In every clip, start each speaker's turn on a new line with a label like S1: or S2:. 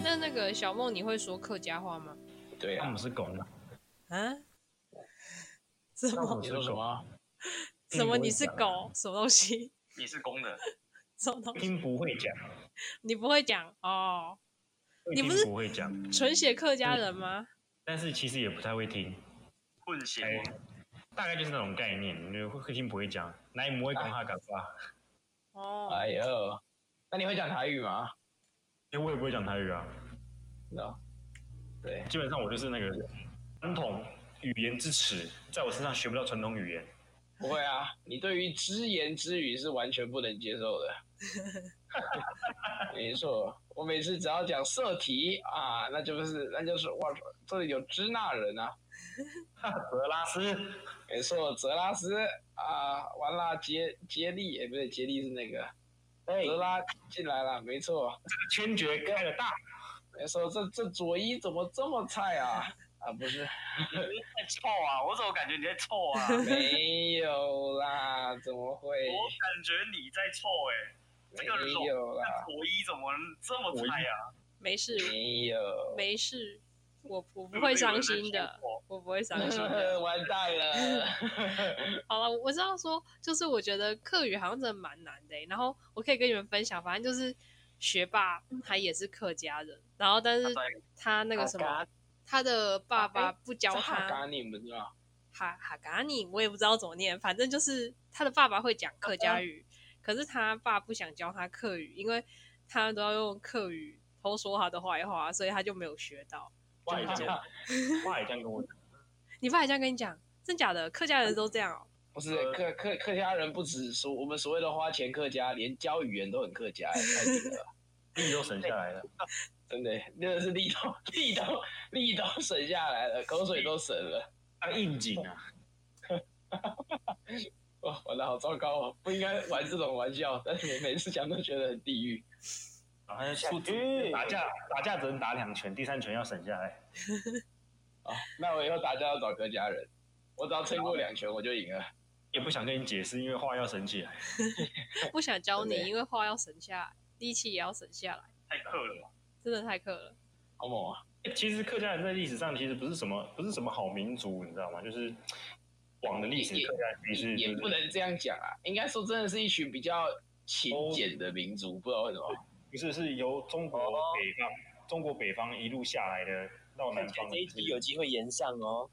S1: 那那个小梦，你会说客家话吗？
S2: 对
S3: 那
S2: 啊
S3: 我，是狗呢？
S1: 啊？什
S3: 那
S1: 么
S3: 我
S2: 你
S3: 是
S2: 说什
S3: 狗，
S2: 么？
S1: 什么？你是
S3: 英文讲
S1: 狗？什么东西？
S2: 你是公的，
S1: 什么东西？
S3: 听不会讲，
S1: 你不会讲哦？
S3: 会
S1: 你
S3: 听
S1: 不是
S3: 不会讲，
S1: 纯血客家人吗？
S3: 但是其实也不太会听，
S2: 混血
S3: 哎
S2: 文
S3: 大概就是那种概念，你会会听不会讲，那你不会讲哈嘎话，
S1: 哦，
S2: 哎呦，那你会讲台语吗？
S3: 因哎为我也不会讲台语啊，
S2: 是啊，对，
S3: 基本上我就是那个传统语言之耻，在我身上学不到传统语言。
S2: 不会啊，你对于只言只语是完全不能接受 的。没错，我每次只要讲色题啊，那就是那就是哇，这里有支那人啊，
S3: 格拉斯，
S2: 没错，泽拉斯啊，完了，杰杰利，哎，不对，杰利是那个
S3: 哎，
S2: 泽拉进来了，没错，
S3: 圈绝盖的大，
S2: 没错，这这佐伊怎么这么菜啊？啊，不是，
S4: 在臭啊！我怎么感觉你在臭 啊？我
S2: 没有啦，怎么会？
S4: 感觉你在臭哎、这个
S1: 啊
S2: 没有
S4: 那
S2: 啦，
S4: 佐伊怎么这么菜啊？
S1: 没事，
S2: 没有，
S1: 没事，我我不会伤心的，我不会伤心的。
S2: 完蛋了。
S1: 好了，我知道说，就是我觉得课语好像真的蛮难的欸、然后我可以跟你们分享，反正就是学霸他也是客家人，然后但是
S4: 在
S1: 他那个什么，他的爸爸不教
S2: 是哈
S1: 他
S2: 嘎你们知道？
S1: 哈哈嘎尼，我也不知道怎么念，反正就是他的爸爸会讲客
S2: 嗯
S1: 家语，可是他爸不想教他客语，因为他都要用客语偷说他的坏话，所以他就没有学到。
S3: 哇，也这样，哇，也这样跟我讲，
S1: 你爸也这样跟你讲，真假的？客家人都这样哦、
S2: 不是客客客家人不止说我们所谓的花钱客家，连教语言都很客家，太顶了，
S3: 力都省下来 了。
S2: 真的，那个是力都力都力都省下来了，口水都省了。
S3: 啊，应景啊，
S2: 哇，玩的好糟糕哦，不应该玩这种玩笑，但是我每次想都觉得很地狱。
S3: 然后出去打架，打架只能打两拳，第三拳要省下来。
S2: 啊，那我以后打架要找客家人，我只要撑过两拳我就赢了。
S3: 也不想跟你解释，因为话要省起来。
S1: 不想教你，
S2: 嗯真的
S1: 因为话要省下来，力气也要省下来，
S4: 太克了吧？
S1: 真的太克了。
S2: 好猛啊！
S3: 欸其实客家人在历史上其实不是什么不是什么好民族，你知道吗？就是往的历史，
S2: 也
S3: 客家人其实
S2: 也不
S3: 能
S2: 能这样讲啊，应该说真的是一群比较勤俭的民族，不知道为什么。
S3: 不是是由中国
S5: 哦
S3: 北方、中国北方一路下来的到南
S5: 感觉
S3: 方
S5: 这
S3: 的
S5: 一集有机会延上哦。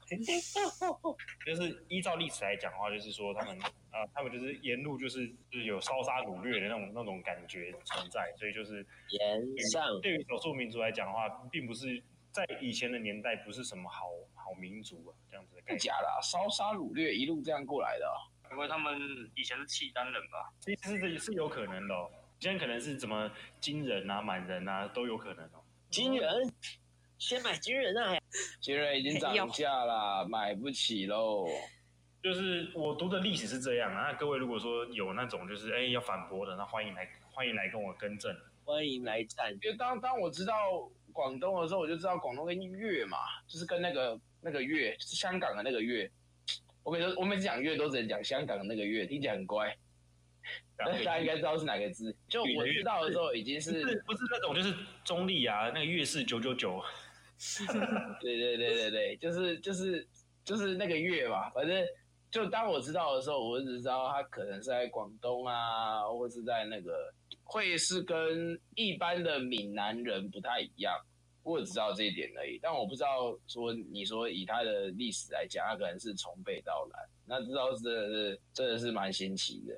S3: 就是依照历史来讲的话，就是说他们呃，他们就是沿路就是就是有烧杀掳掠的那种那种感觉存在，所以就是
S5: 延上，
S3: 对于少数民族来讲的话，并不是在以前的年代不是什么好好民族啊，这样子的概
S2: 真
S3: 念。
S2: 假啦、烧杀掳掠一路这样过来的、哦，
S4: 因为他们以前是契丹人吧？
S3: 其实是是有可能的、哦，现在可能是怎么金人啊、满人啊都有可能哦。
S5: 军人，先买军人啊！
S2: 杰瑞已经涨价啦，买不起喽。
S3: 就是我读的历史是这样啊，那各位如果说有那种就是哎要反驳的，那欢迎来欢迎来跟我更正。
S5: 欢迎来战，
S2: 因为当当我知道广东的时候，我就知道广东跟粤嘛，就是跟那个那个粤，就是香港的那个粤。我每次我每次讲粤都只能讲香港的那个粤，听起来很乖，
S3: 这
S2: 但
S3: 样
S2: 是大家应该知道是哪个字。就我知道的时候已经
S3: 不
S2: 是
S3: 是不是那种就是中立啊，那个粤式九九九，
S2: 对对对对对，就是就是就是那个月嘛，反正就当我知道的时候，我只知道他可能是在广东啊，或是在那个会是跟一般的闽南人不太一样，我只知道这一点而已。但我不知道说你说以他的历史来讲，他可能是从北到南，那知道真的是真的是蛮新奇的。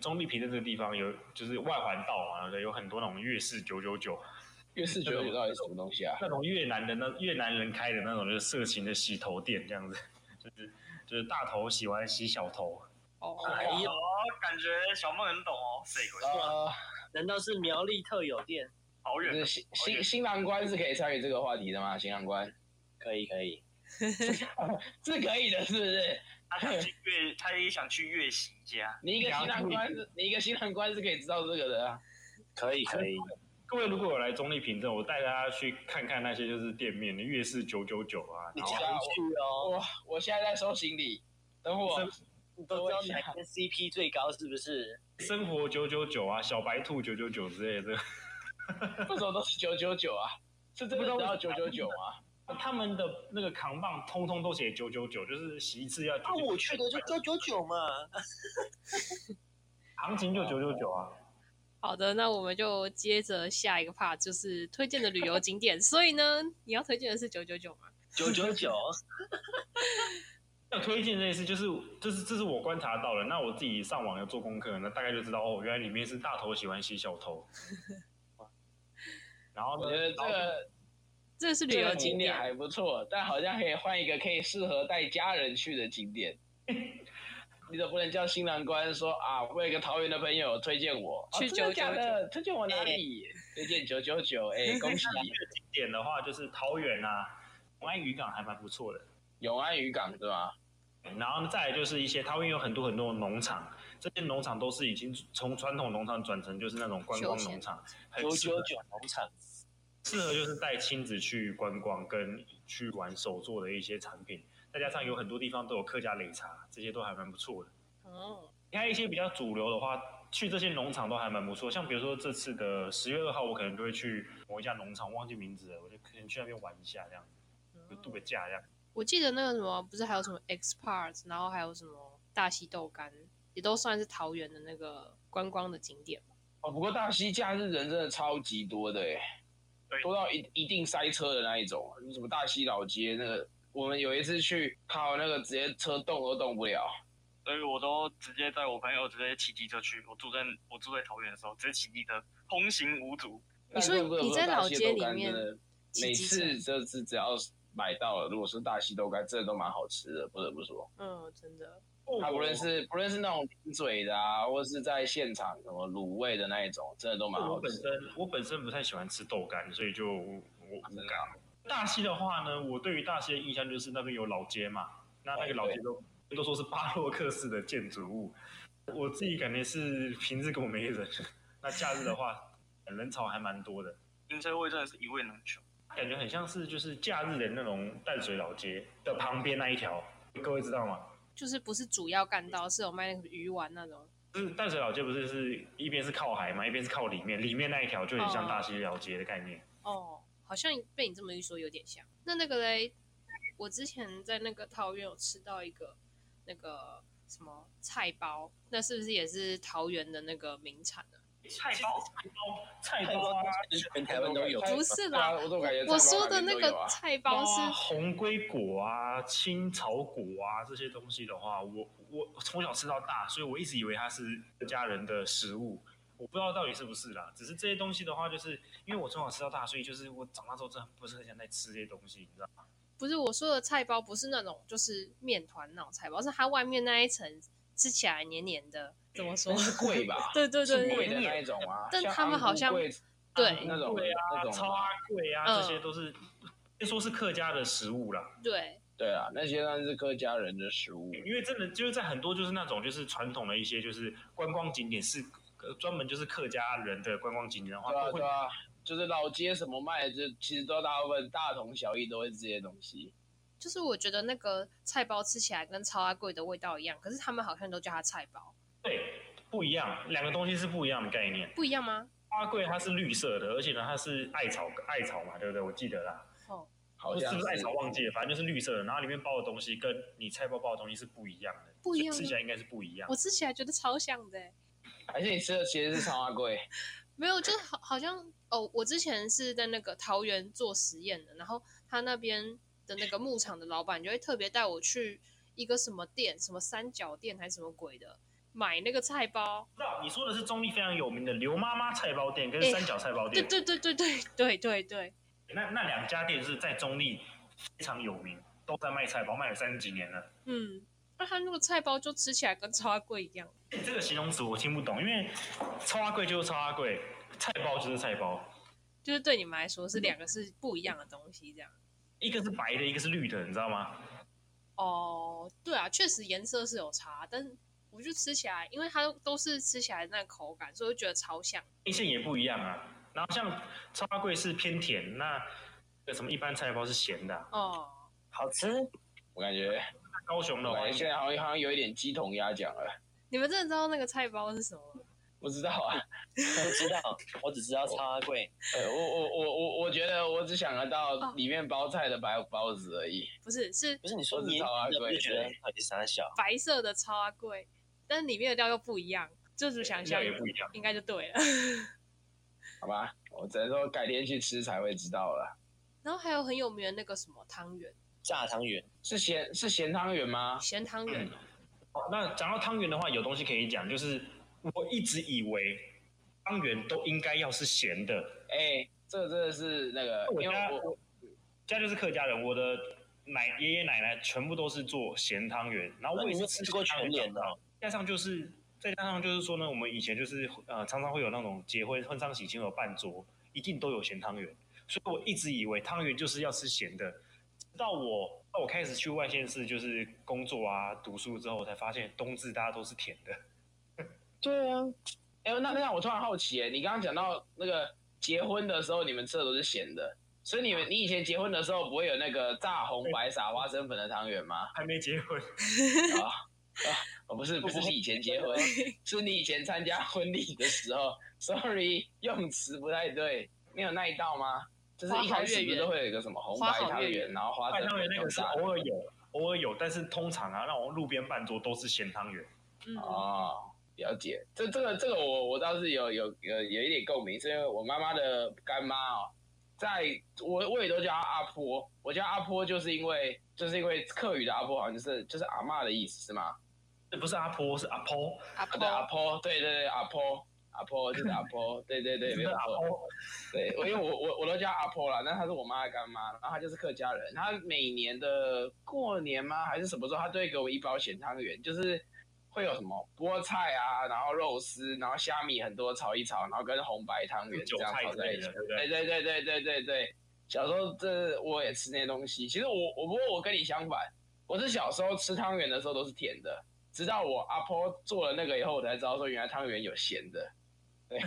S3: 中立平镇这个地方有就是外环道嘛，对不对有很多那种粤式九九九，
S2: 月四九九到底是什么东西 啊？
S3: 那种越南的那越南人开的那种就是色情的洗头店这样子，就是就是大头洗完洗小头，
S1: 哦，
S5: 哎呦，
S4: 我感觉小梦很懂哦，谁鬼？
S2: 呃，
S5: 难道是苗栗特有店？
S4: 好
S2: 就
S4: 远啊
S2: 是
S4: 的，
S2: 新新新郎官是可以参与这个话题的吗？新郎官
S5: 可以可以，
S2: 是可以的，是不是？
S4: 他想去越，他也想去越习家。
S2: 你一个新郎官是，你一个新郎官是可以知道这个的啊。
S5: 可以可以，
S3: 各位如果有来中立凭证，我带大家去看看那些就是店面，粤式九九九啊，然
S5: 想
S3: 后
S5: 去哦。
S2: 我我现在在收行李，等我。
S5: 你都知道哪个 CP 最高是不是？
S3: 生活九九九啊，小白兔九九九之类的，
S2: 为什么都是九九九啊？是真的只要九九九吗？
S3: 他们的那个扛棒通通都写九九九，就是洗一次要
S5: 那啊我去的就九九九嘛，
S3: 行情就九九九啊。
S1: 好的，那我们就接着下一个 part，就是推荐的旅游景点。所以呢，你要推荐的是九九九吗？
S5: 九九九，
S3: 要推荐这件事，就是这是这是我观察到了。那我自己上网有做功课，那大概就知道哦，原来里面是大头喜欢吸小 头。然后
S2: 我
S3: 呢
S2: 觉得这个
S1: 这个是旅
S2: 这
S1: 游
S2: 个
S1: 景
S2: 景点
S1: 点，
S2: 还不错，但好像可以换一个可以适合带家人去的景点。 你总不能叫新郎官说啊，我有一个桃园的朋友推荐我
S1: 去
S2: 哦真的假的推荐我哪
S5: 哎
S2: 里？推荐九九九，哎，恭喜！
S3: 景点的话，就是桃园啊，永安渔港还蛮不错的。
S2: 永安渔港对吧？
S3: 然后再来就是一些桃园有很多很多的农场，这些农场都是已经从传统农场转成就是那种观光
S1: 休闲
S3: 农场，很
S5: 九
S3: 适合
S5: 九九农场，
S3: 适合就是带亲子去观光跟去玩手做的一些产品，再加上有很多地方都有客家擂茶，这些都还蛮不错的。
S1: 哦，
S3: 你看一些比较主流的话，去这些农场都还蛮不错。像比如说这次的十月二号，我可能就会去某一家农场，忘记名字了，我就可能去那边玩一下，这样
S1: 嗯
S3: 就度个假这样。
S1: 我记得那个什么，不是还有什么 X Park，然后还有什么大溪豆干，也都算是桃园的那个观光的景点嘛。
S2: 哦，不过大溪假日人真的超级多的哎、
S4: 对
S2: 多到一一定塞车的那一种，啊什么大溪老街那个，我们有一次去，靠那个直接车动都动不了。
S4: 所以我都直接带我朋友直接骑机车去。我住在我住在桃园的时候，直接骑机车，通行无阻。
S1: 你说
S2: 但是
S1: 你在老街里面
S2: 大溪豆干真的
S1: 骑
S2: 每
S1: 机车
S2: 次就是只要买到了，如果是大溪豆干，真的都蛮好吃的，不得不说。
S1: 嗯，真的，
S3: 哦
S2: 它不论是不论是那种零嘴的啊，或是在现场什么卤味的那一种，真的都蛮
S3: 我
S2: 好
S3: 本
S2: 吃的。
S3: 身我本身不太喜欢吃豆干，所以就我我
S2: 真的
S3: 无感。大溪的话呢，我对于大溪的印象就是那边有老街嘛，那那个老街都都说是巴洛克式的建筑物，我自己感觉是平日跟我没人，那假日的话人潮还蛮多的，
S4: 停车位真的是一位难求。
S3: 感觉很像是就是假日的那种淡水老街的旁边那一条，各位知道吗？
S1: 就是不是主要干道，是有卖那个鱼丸那种。
S3: 就是淡水老街不是是一边是靠海嘛，一边是靠里面，里面那一条就很像
S1: 哦
S3: 大溪老街的概念。
S1: 哦，好像被你这么一说有点像。那那个嘞，我之前在那个桃园有吃到一个那个什么菜包，那是不是也是桃园的那个名产呢？
S4: 菜包
S3: 菜
S5: 台
S3: 包啊
S5: 湾，全台湾都有，
S1: 不是
S2: 对啊
S1: 啦，
S2: 我都感觉
S1: 我
S2: 在
S1: 说
S2: 哪
S1: 的
S2: 里
S1: 那
S2: 都有
S1: 个
S2: 啊
S1: 菜包是
S3: 哇红龟果啊、青草果啊这些东西的话，我我我从小吃到大，所以我一直以为它是客家人的食物，我不知道到底是不是啦。只是这些东西的话，就是因为我从小吃到大，所以就是我长大之后真的不是很想再吃这些东西，你知道吗？
S1: 不是我说的菜包，不是那种就是面团那种菜包，是它外面那一层吃起来黏黏的。怎么说？
S2: 那？是贵 吧
S1: 对对对
S2: 是贵
S1: 对，
S2: 的那一种啊。
S1: 但
S2: 像
S1: 他们好像
S2: 昂贵
S1: 对
S2: 那种
S3: 对啊
S2: 那种
S3: 超阿贵啊，
S1: 嗯
S3: 这些都是可以说是客家的食物啦。
S1: 对，
S2: 对啊，那些算是客家人的食物。
S3: 因为真的就是在很多就是那种就是传统的一些就是观光景点是呃专门就是客家人的观光景点的话，
S2: 对啊，
S3: 都会
S2: 对啊，就是老街什么卖的，就其实都大部分大同小异，都会这些东西。
S1: 就是我觉得那个菜包吃起来跟超阿贵的味道一样，可是他们好像都叫它菜包，
S3: 对不一样，两个东西是不一样的概念。
S1: 不一样吗？
S3: 花桂它是绿色的，而且呢，它是艾草艾草嘛，对不对？我记得啦，
S1: 哦，
S2: 好
S3: 是
S2: 像
S3: 不是艾草忘记了，反正就是绿色的，然后里面包的东西跟你菜包包的东西是不一样的，
S1: 不一样吗
S3: 所以吃起来应该是不一样
S1: 我。吃起来觉得超像的欸、
S2: 还是你吃的其实是长阿贵？
S1: 没有，就是好好像哦，我之前是在那个桃园做实验的，然后他那边的那个牧场的老板就会特别带我去一个什么店，什么三角店还是什么鬼的，买那个菜包。
S3: 那你说的是中立非常有名的刘妈妈菜包店跟
S1: 哎
S3: 三角菜包
S1: 对
S3: 店，
S1: 对对对对对对对，
S3: 那那两家店是在中立非常有名，都在卖菜包，卖了三十几年了。
S1: 嗯，那他那个菜包就吃起来跟超贵一样。
S3: 这个形容词我听不懂，因为超阿贵就是超阿贵，菜包就是菜包，
S1: 就是对你们来说是两个是不一样的东西，这样
S3: 一个是白的，一个是绿的，你知道吗？
S1: 哦，对啊，确实颜色是有差，但是我就吃起来，因为它都是吃起来那口感，所以我觉得超像。
S3: 内馅也不一样啊。然后像超花贵是偏甜，那呃什么一般菜包是咸的啊、
S1: 哦，
S5: 好吃。
S2: 我感 觉，
S3: 那高雄的
S2: 我
S3: 话
S2: 感觉，现在好像好像有一点鸡同鸭讲了，
S1: 你们真的知道那个菜包是什么吗？
S2: 不知道啊。
S5: 不知道，我只知道超阿贵。
S2: 呃，我我我我我觉得我只想得到
S1: 哦
S2: 里面包菜的白包子而已。
S1: 不是是
S5: 不是你说
S2: 我知
S5: 你
S2: 道啊
S5: 的不
S2: 对
S5: 是觉得
S2: 对
S5: 到底傻小？
S1: 白色的超阿贵，但里面的料又不一样，就是想象
S3: 料也不一样。
S1: 应该就对了。
S2: 好吧，我只能说改天去吃才会知道了。
S1: 然后还有很有名的那个什么汤圆，
S5: 炸汤圆，
S2: 是咸是咸汤圆吗？
S1: 咸汤圆哦，
S3: 好，那讲到汤圆的话，有东西可以讲，就是我一直以为汤圆都应该要是咸的，
S2: 哎、这真的是那个，
S3: 我
S2: 因为
S3: 家
S2: 我
S3: 家就是客家人，我的奶爷爷奶奶全部都是做咸汤圆，然后我也是吃
S5: 吃过全脸的
S3: 的，加上就是再加上就是说呢，我们以前就是呃常常会有那种结婚婚丧喜庆有办桌，一定都有咸汤圆，所以我一直以为汤圆就是要吃咸的，直到我到我开始去外县市就是工作啊读书之后，我才发现冬至大家都是甜的。
S2: 对啊，哎、那那我突然好奇、哎，你刚刚讲到那个结婚的时候，你们吃的都是咸的，所以你们你以前结婚的时候不会有那个炸红白撒花生粉的汤圆吗？
S3: 还没结婚，
S2: 哦，不是，不是你以前 结婚，是你以前参加婚礼的时候。Sorry，用词不太对，你有那一道吗？就是一开始不是都会有一个什么红白汤圆，然后花
S3: 拌
S2: 生
S3: 汤
S2: 粉
S3: 圆那个是
S2: 炸
S3: 偶尔有，偶尔有，但是通常啊，那种路边办桌都是咸汤圆。
S1: 嗯，
S2: 哦，了解。这这个这个我我倒是有有有有一点共鸣，是因为我妈妈的干妈哦，在我我也都叫她阿婆，我叫阿婆就是因为就是因为客语的阿婆好像就是就是阿嬷的意思是吗？
S3: 这不是阿婆，是阿婆，
S1: 阿
S2: 啊对阿
S1: 婆
S2: 婆，对对对阿婆。阿婆就是阿婆，对对对，没
S3: 是
S2: 有
S3: 阿
S2: 错。
S3: 婆。
S2: 对，我因为我我我都叫阿婆啦，但她是我妈的干妈，然后她就是客家人，她每年的过年吗还是什么时候，她都会给我们一包咸汤圆，就是会有什么菠菜啊，然后肉丝，然后虾米很多炒一炒，然后跟红白汤圆
S3: 韭
S2: 这样
S3: 菜
S2: 炒
S3: 之
S2: 在
S3: 类
S2: 一起
S3: 的，。对不
S2: 对
S3: 对？
S2: 对对对对对对，小时候这我也吃那些东西。其实我我不过我跟你相反，我是小时候吃汤圆的时候都是甜的，直到我阿婆做了那个以后，我才知道说原来汤圆有咸的。对，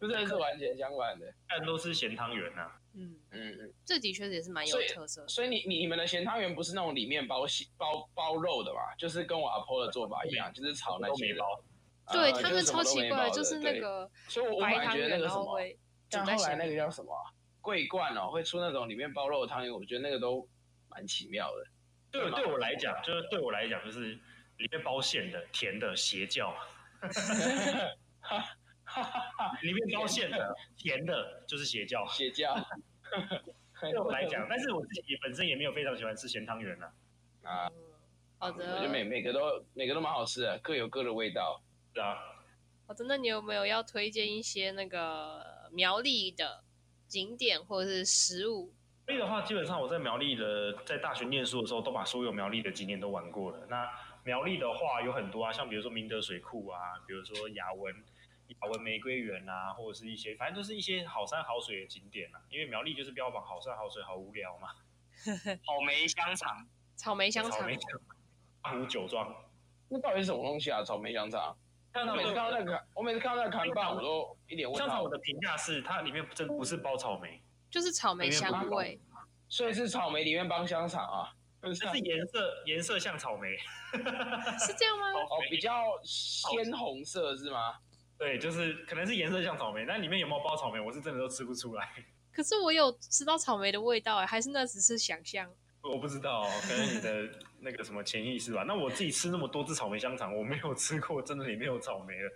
S2: 这真的是完全相反的。
S3: 但都是咸汤圆啊。
S1: 嗯，
S2: 嗯，嗯，
S1: 这的确也是蛮有
S2: 所以
S1: 特色的。
S2: 所以你你你们的咸汤圆不是那种里面包西包包肉的嘛？就是跟我阿婆的做法一
S3: 啊
S2: 样，就是炒那
S3: 都
S2: 些
S3: 没
S2: 的。
S3: 包，
S2: 呃
S1: 对
S2: 就是
S1: 他们
S2: 什
S1: 超
S2: 么都
S1: 奇
S2: 没
S1: 怪
S2: 包
S1: 的，就
S2: 的
S1: 是那
S2: 对
S1: 个
S2: 所以我我
S1: 白
S2: 反而
S1: 汤
S2: 觉得那
S1: 圆，
S2: 个
S1: 然
S2: 什
S1: 后
S2: 么，
S1: 会煮
S2: 像
S1: 在
S2: 后来
S1: 咸
S2: 那个叫什么啊桂冠哦，会出那种里面包肉汤圆，我觉得那个都蛮奇妙的。
S3: 对，
S2: 吗
S3: 对我来讲，就是对我来讲，就是里面包馅的、甜的、邪教；里面包馅的、甜的，就是邪教。
S2: 邪 教，
S3: 对我来讲，但是我自己本身也没有非常喜欢吃咸汤圆啊。
S2: 啊，
S1: 嗯好
S2: 我觉得每
S1: 的，
S2: 每个都每个都蛮好吃的，各有各的味道。
S3: 是啊，
S1: 好的。那你有没有要推荐一些那个苗栗的景点或者是食物？
S3: 所以的话，基本上我在苗栗的，在大学念书的时候，都把所有苗栗的景点都玩过了。那苗栗的话有很多啊，像比如说明德水库啊，比如说雅文雅文玫瑰园啊，或者是一些，反正都是一些好山好水的景点啊。因为苗栗就是标榜好山好水，好无聊嘛。
S4: 草莓香肠，
S1: 草莓香
S3: 草
S1: 肠
S3: 莓，大湖酒庄，
S2: 那到底是什么东西啊？草莓香肠？
S3: 看
S2: 我
S3: 到
S2: 每
S3: 没
S2: 次
S3: 有
S2: 看？到那个，我每次看到那个扛棒，我都一点问
S3: 香肠
S2: 号
S3: 我。的评价是，它里面真不是包草莓，
S1: 就是草莓
S3: 里面不
S1: 香
S2: 包
S1: 味，
S2: 所以是草莓里面帮香肠啊？不是
S3: 它
S2: 啊
S3: 是颜色颜色像草莓。
S1: 是这样吗？
S2: 哦，比较鲜红色是吗？
S3: 对，就是可能是颜色像草莓，但里面有没有包草莓，我是真的都吃不出来。
S1: 可是我有吃到草莓的味道、欸，还是那只是想象？
S3: 我不知道，哦可能你 的那个什么潜意识吧。那我自己吃那么多只草莓香肠，我没有吃过真的里面有草莓的。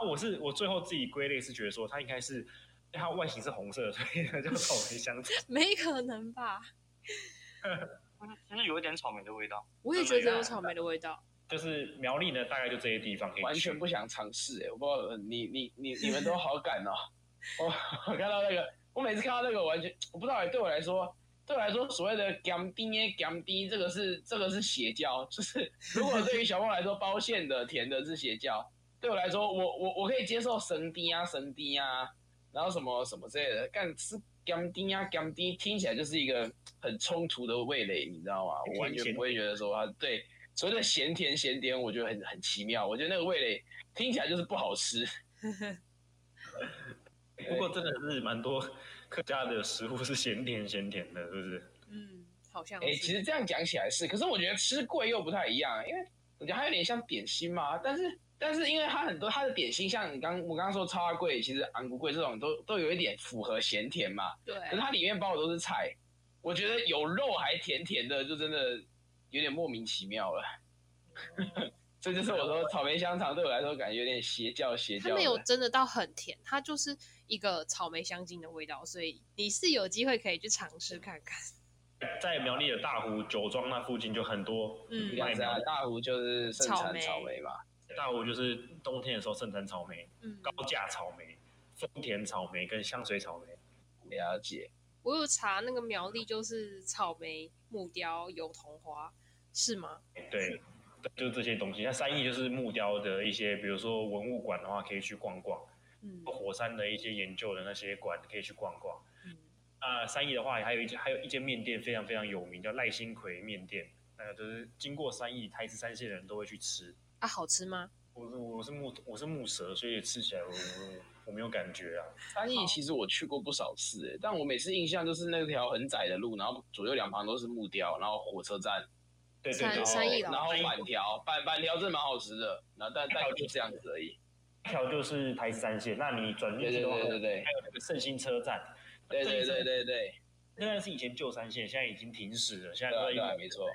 S3: 那我是我最后自己归类是觉得说，它应该是它外形是红色的，所以它叫草莓香肠。
S1: 没可能吧？
S4: 嗯其实有一点草莓的味道。
S1: 我也觉得有草莓的味道。
S3: 就是苗栗呢，大概就这些地方可以去。
S2: 完全不想尝试哎，我不知道你你你你们都好敢哦、 我我看到那个，我每次看到那个完全我不知道哎、对我来说，对我来说所谓的 gam 丁耶 gam 丁，这个是这个是邪教，就是如果对于小梦来说，包馅的甜的是邪教，对我来说，我我我可以接受神丁啊神丁啊，然后什么什么之类的，干吃 gam 丁啊 gam 丁，听起来就是一个很冲突的味蕾，你知道吗？我完全不会觉得说它对。所谓的咸甜咸点，我觉得很很奇妙。我觉得那个味蕾听起来就是不好吃。
S3: 不过真的是蛮多客家的食物是咸甜咸甜的，是不是？
S1: 嗯，好像
S2: 哎、
S1: 是。
S2: 其实啊这样讲起来是，可是我觉得吃贵又不太一样，因为我觉得它有点像点心嘛，但是但是因为它很多它的点心，像你刚我刚刚说超阿贵，其实昂古贵这种都都有一点符合咸甜嘛，
S1: 对，啊
S2: 可是它里面包的都是菜，我觉得有肉还甜甜的，就真的有点莫名其妙了。
S1: 哦
S2: 这就是我说草莓香肠对我来说感觉有点邪教邪
S1: 它
S2: 教
S1: 没有
S2: 的。
S1: 真的到很甜，它就是一个草莓香精的味道，所以你是有机会可以去尝试看看。
S3: 在苗栗的大湖酒庄那附近就很多
S1: 嗯
S2: 这样子啊，大湖就是盛
S1: 草
S2: 产
S1: 莓
S2: 草莓嘛，
S3: 大湖就是冬天的时候盛产草莓、
S1: 嗯，
S3: 高价草莓、丰田草莓跟香水草莓。
S2: 了解。
S1: 我有查那个苗栗就是草莓、木雕、油桐花，是吗？
S3: 对，就是这些东西。那三义就是木雕的一些，比如说文物馆的话，可以去逛逛；
S1: 嗯
S3: 火山的一些研究的那些馆，可以去逛逛。
S1: 嗯，
S3: 啊、三义的话，还有一间还有一间面店非常非常有名，叫赖新奎面店。那个就是经过三义、台词三线的人都会去吃。
S1: 啊，好吃吗？
S3: 我是我是木我是木蛇，所以吃起来我我我没有感觉啊。
S2: 三义其实我去过不少次、欸但我每次印象就是那条很窄的路，然后左右两旁都是木雕，然后火车站，
S3: 对对
S1: 三
S3: 对，
S1: 三义
S2: 然
S1: 了
S2: 后板条，板板条真的蛮好吃的，然后但但就这样子而已。
S3: 一条就是台词三线。那你转进
S2: 对对
S3: 去的话，
S2: 对对对
S3: 还有那个圣心车站。
S2: 对对对对对，
S3: 那段是以前旧三线，现在已经停驶了，现在
S2: 对
S3: 都
S2: 啊
S3: 在
S2: 对
S3: 用
S2: 啊，没错。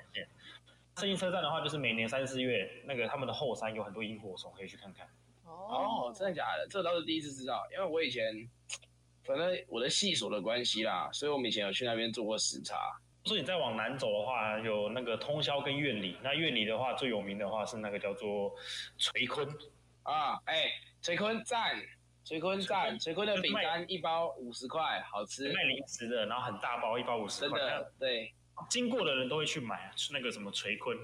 S3: 圣心车站的话，就是每年三四月那个他们的后山有很多萤火虫，可以去看看。
S2: 哦，真的假的？这倒是第一次知道，因为我以前反正我的系所的关系啦，所以我们以前有去那边做过视察。
S3: 所以你再往南走的话，有那个通宵跟院里。那院里的话，最有名的话是那个叫做垂坤，
S2: 啊，哎、垂坤赞，垂坤赞，垂坤的饼干一包五十块，好吃，
S3: 卖零食的，然后很大包，一包五十
S2: 真
S3: 块。
S2: 的对。
S3: 那经过的人都会去买，去那个什么垂坤，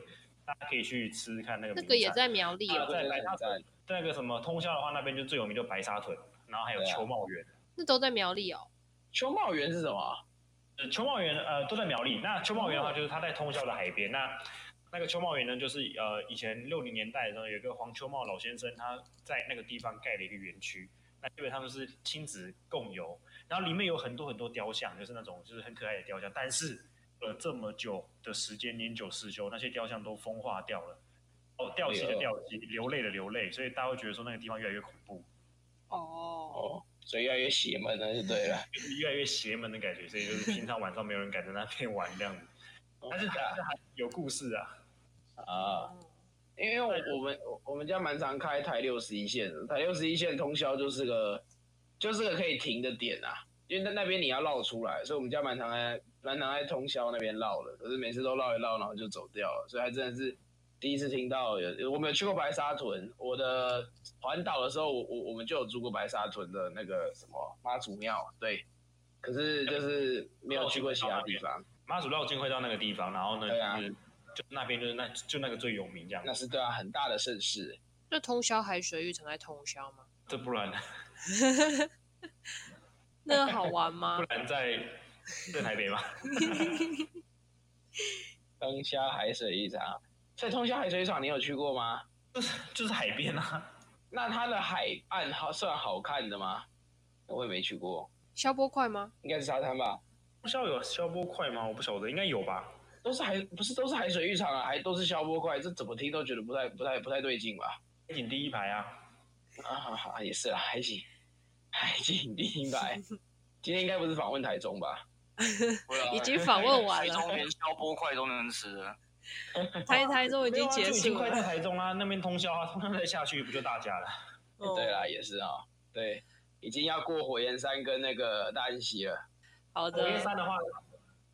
S3: 大家可以去吃吃看那个名
S1: 那
S3: 菜。
S1: 个也在苗栗
S3: 啊
S1: 哦，
S2: 真
S3: 在
S2: 的
S3: 白
S2: 很
S3: 沙
S2: 赞
S3: 屯，在那个什么通宵的话，那边就最有名就白沙屯，然后还有
S2: 对啊
S3: 秋茂园。
S1: 那都在苗栗哦。
S2: 秋茂园是什么？
S3: 呃秋茂园呃都在苗栗。那秋茂园的话，就是它在通宵的海边。那那个秋茂园呢，就是呃以前六零年代的时候，有一个黄秋茂老先生，他在那个地方盖了一个园区。那基本上就是亲子共游，然后里面有很多很多雕像，就是那种就是很可爱的雕像。但是呃这么久的时间，年久失修，那些雕像都风化掉了。哦，掉漆的掉漆，流泪的流泪，所以大家会觉得说那个地方越来越恐怖，
S1: 哦，
S2: 哦，所以越来越邪门了，就 对了。
S3: 越来越邪门的感觉，所以就是平常晚上没有人敢在那边玩这样子。但是但是还有故事啊，
S2: 啊，
S1: 嗯
S2: 因为我我们我我们家蛮常开台六十一线的，台六十一线通宵就是个就是个可以停的点啊，因为那那边你要绕出来，所以我们家蛮常在蛮常在通宵那边绕的，可是每次都绕一绕，然后就走掉了，所以还真的是第一次听到有我们有去过白沙屯，我的环岛的时候，我我我们就有住过白沙屯的那个什么妈祖庙，对，可是就是没有去过其他地方，
S3: 妈祖绕境会到那个地方，然后呢，
S2: 对啊
S3: 就是就那边就是那就那个最有名这样
S2: 那，是对啊很大的盛世。
S1: 那通宵海水浴城在通宵吗？
S3: 这不然
S1: 啊那好玩吗
S3: 不？然在在台北 嘛，
S2: 通宵海水浴场。所以通宵海水浴场你有去过吗？
S3: 就是海边啊，
S2: 那它的海岸好算好看的吗？我也没去过，
S1: 消波块 吗？
S2: 应该是沙滩吧？
S3: 不知道有消波块吗？我不晓得，应该有吧。
S2: 都是海，不是都是海水浴场啊，还都是消波块，这怎么听都觉得不太不太不太对劲吧？
S3: 海景第一排啊，
S2: 啊，好好也是啦，海景，海景第一排。今天应该不是访问台中吧？
S4: 不要
S1: 已经访问完
S4: 台
S1: 了，
S4: 中连消波块都能吃了，
S1: 台台中已
S3: 没有
S1: 经
S3: 啊
S1: 结
S3: 就已经
S1: 束
S3: 快
S1: 了
S3: 到。台中啦，那边通宵啊，通宵再下去不就大家了？
S1: 哦
S2: 对啦，也是啊、对，已经要过火焰山跟那个大安溪了。
S1: 好
S3: 火焰
S1: 的，
S3: 山的话，火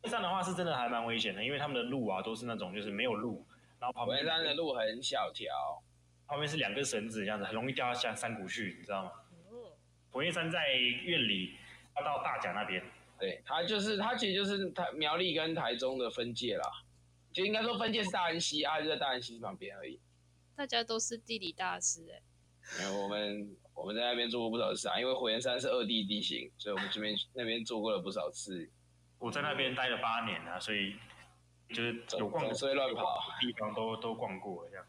S3: 焰山的话是真的还蛮危险的，因为他们的路啊都是那种就是没有路，然后旁
S2: 火焰
S3: 边
S2: 山的路很小条，
S3: 旁边是两根绳子这样子，很容易掉到下山谷去，你知道吗？火焰山在院里，要到大甲那边。
S2: 对，它就是它其实就是台苗栗跟台中的分界啦，就应该说分界是大安溪，啊就在大安溪旁边而已。
S1: 大家都是地理大师哎、
S2: 然后我们我们在那边做过不少次啊，因为火焰山是二地地形，所以我们这边那边做过了不少次，
S3: 我在那边待了八年啊，所以就是
S1: 嗯
S3: 有
S2: 总
S3: 逛
S2: 总虽乱
S3: 有逛
S2: 跑。
S3: 的地方都都逛过了这样。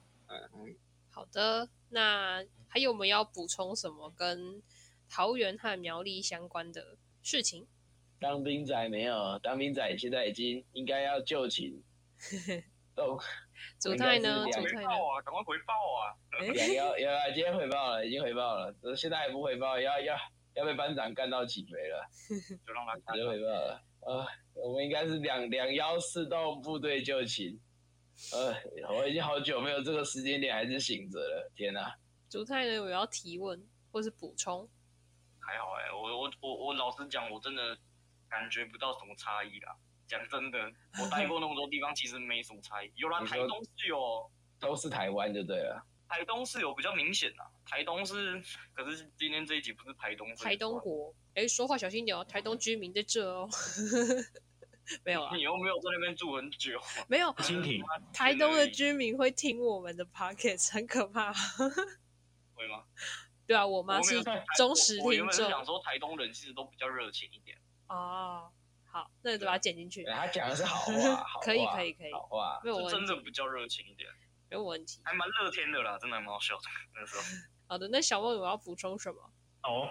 S1: 好的，那还有没有要补充什么跟桃园和苗栗相关的事情？
S2: 当兵仔没有，当兵仔现在已经应该要就寝，动，
S1: 主菜呢？
S2: 应该
S1: 主
S2: 是
S4: 回
S1: 菜呢？
S4: 报啊，赶快回报啊！
S1: 哎，
S2: 要要要要，今天回报啊了，已经回报了，呃现在还不回报，要要要被班长干到起飞了，
S4: 就让他看
S2: 直接。回报了。呃，我们应该是两两幺四到部队就寝。呃，我已经好久没有这个时间点还是醒着了，天哪、
S1: 主菜呢？有要提问或是补充？
S4: 还好哎、我我我我老实讲，我真的感觉不到什么差异啦。讲真的，我待过那么多地方，其实没什么差异。有啦，
S2: 你
S4: 台
S2: 说
S4: 东是有，
S2: 都是台湾就对了。
S4: 台东是有比较明显啦。台东是，可是今天这一集不是台东，
S1: 台东国，哎，说话小心点哦，台东居民在这哦。 没有啊，
S4: 你又没有在那边住很久，
S1: 没有，
S4: 嗯
S3: 蜻蜓，
S1: 台东的居民会听我们的 podcast，很可怕。
S4: 会吗？
S1: 对啊，我妈
S4: 我没
S1: 是
S4: 有在
S1: 忠实
S4: 我我原
S1: 听
S4: 本是
S1: 众
S4: 想说台东人其实都比较热情一点，
S1: 哦。好，那就把它剪进去
S4: 啊
S2: 对，哎他讲的是好话，好话
S1: 可以可以可以，
S2: 好话。
S1: 没有
S4: 是
S1: 问
S4: 啊真
S1: 题
S4: 的，比较热情一点，
S1: 没有问题。
S4: 还蛮乐天的啦，真的还蛮好笑的那时候。
S1: 好的，那小梦有要补充什么？
S3: 哦，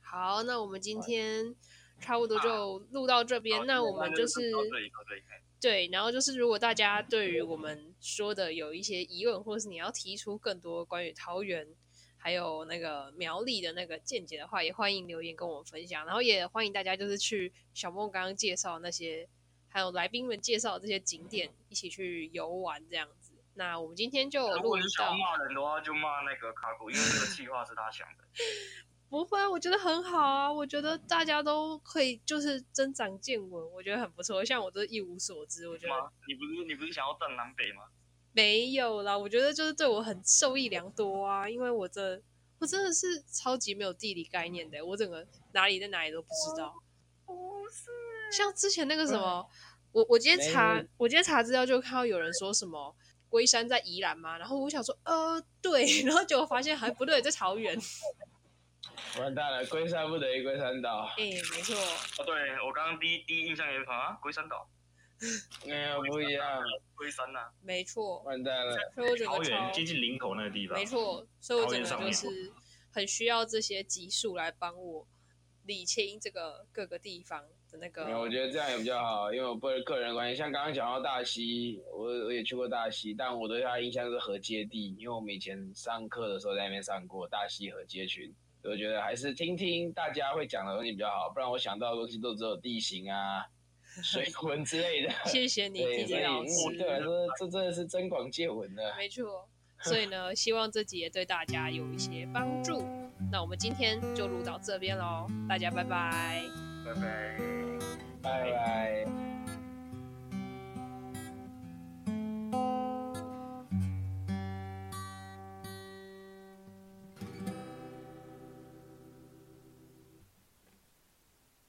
S1: 好，那我们今天差不多就录到这边。
S4: 好
S1: 那
S4: 今
S1: 我
S4: 天
S1: 们
S4: 那
S1: 就
S4: 就是到这里到这里。
S1: 对，然后就是如果大家对于我们说的有一些疑问，或是你要提出更多关于桃园还有那个苗栗的那个见解的话，也欢迎留言跟我们分享。然后也欢迎大家就是去小梦刚刚介绍那些，还有来宾们介绍的这些景点一起去游玩这样子。那我们今天就
S4: 如
S1: 录
S4: 果
S1: 音
S4: 你想
S1: 到
S4: 要，骂人的话，就骂那个卡古，因为这个计划是他想的。
S1: 不会啊，我觉得很好啊，我觉得大家都可以就是增长见闻，我觉得很不错。像我都一无所知，我觉得
S4: 吗？你不是你不是想要站南北吗？
S1: 没有啦，我觉得就是对我很受益良多啊，因为我这我真的是超级没有地理概念的，我整个哪里在哪里都不知道。
S4: 不是，
S1: 像之前那个什么，我我今天查
S2: 没，
S1: 我今天查资料就看到有人说什么龟山在宜兰嘛，然后我想说呃对， 然后结果发现还不对，在桃园。
S2: 完蛋了，龟山不等于龟山岛。
S1: 哎，没错，
S4: 哦，对我刚刚第一第一印象也是啊，龟山岛，
S2: 没有哎不一样，
S4: 龟山啊呐，
S1: 没错，
S2: 完蛋了。
S1: 所以我整
S3: 桃
S1: 个超
S3: 园接近林口那个地方，
S1: 没错，所以我
S3: 桃
S1: 整
S3: 园
S1: 个
S3: 上
S1: 就
S3: 面
S1: 是很需要这些集数来帮我理清这个各个地方的那个
S2: 没有，我觉得这样也比较好，因为我个人个人关系，像刚刚讲到大溪，我我也去过大溪，但我对它的印象是河街地，因为我们以前上课的时候在那边上过大溪河街群，所以我觉得还是听听大家会讲的东西比较好，不然我想到的东西都只有地 形啊、水文之类的。
S1: 谢谢你，
S2: 对，
S1: 弟
S2: 所
S1: 弟
S2: 以
S1: 老
S2: 嗯对我来
S1: 师，
S2: 说，这真的是增广见闻的。
S1: 没错。所以呢，希望这集也对大家有一些帮助。那我们今天就录到这边喽，大家拜拜。
S4: 拜拜。
S2: 拜拜。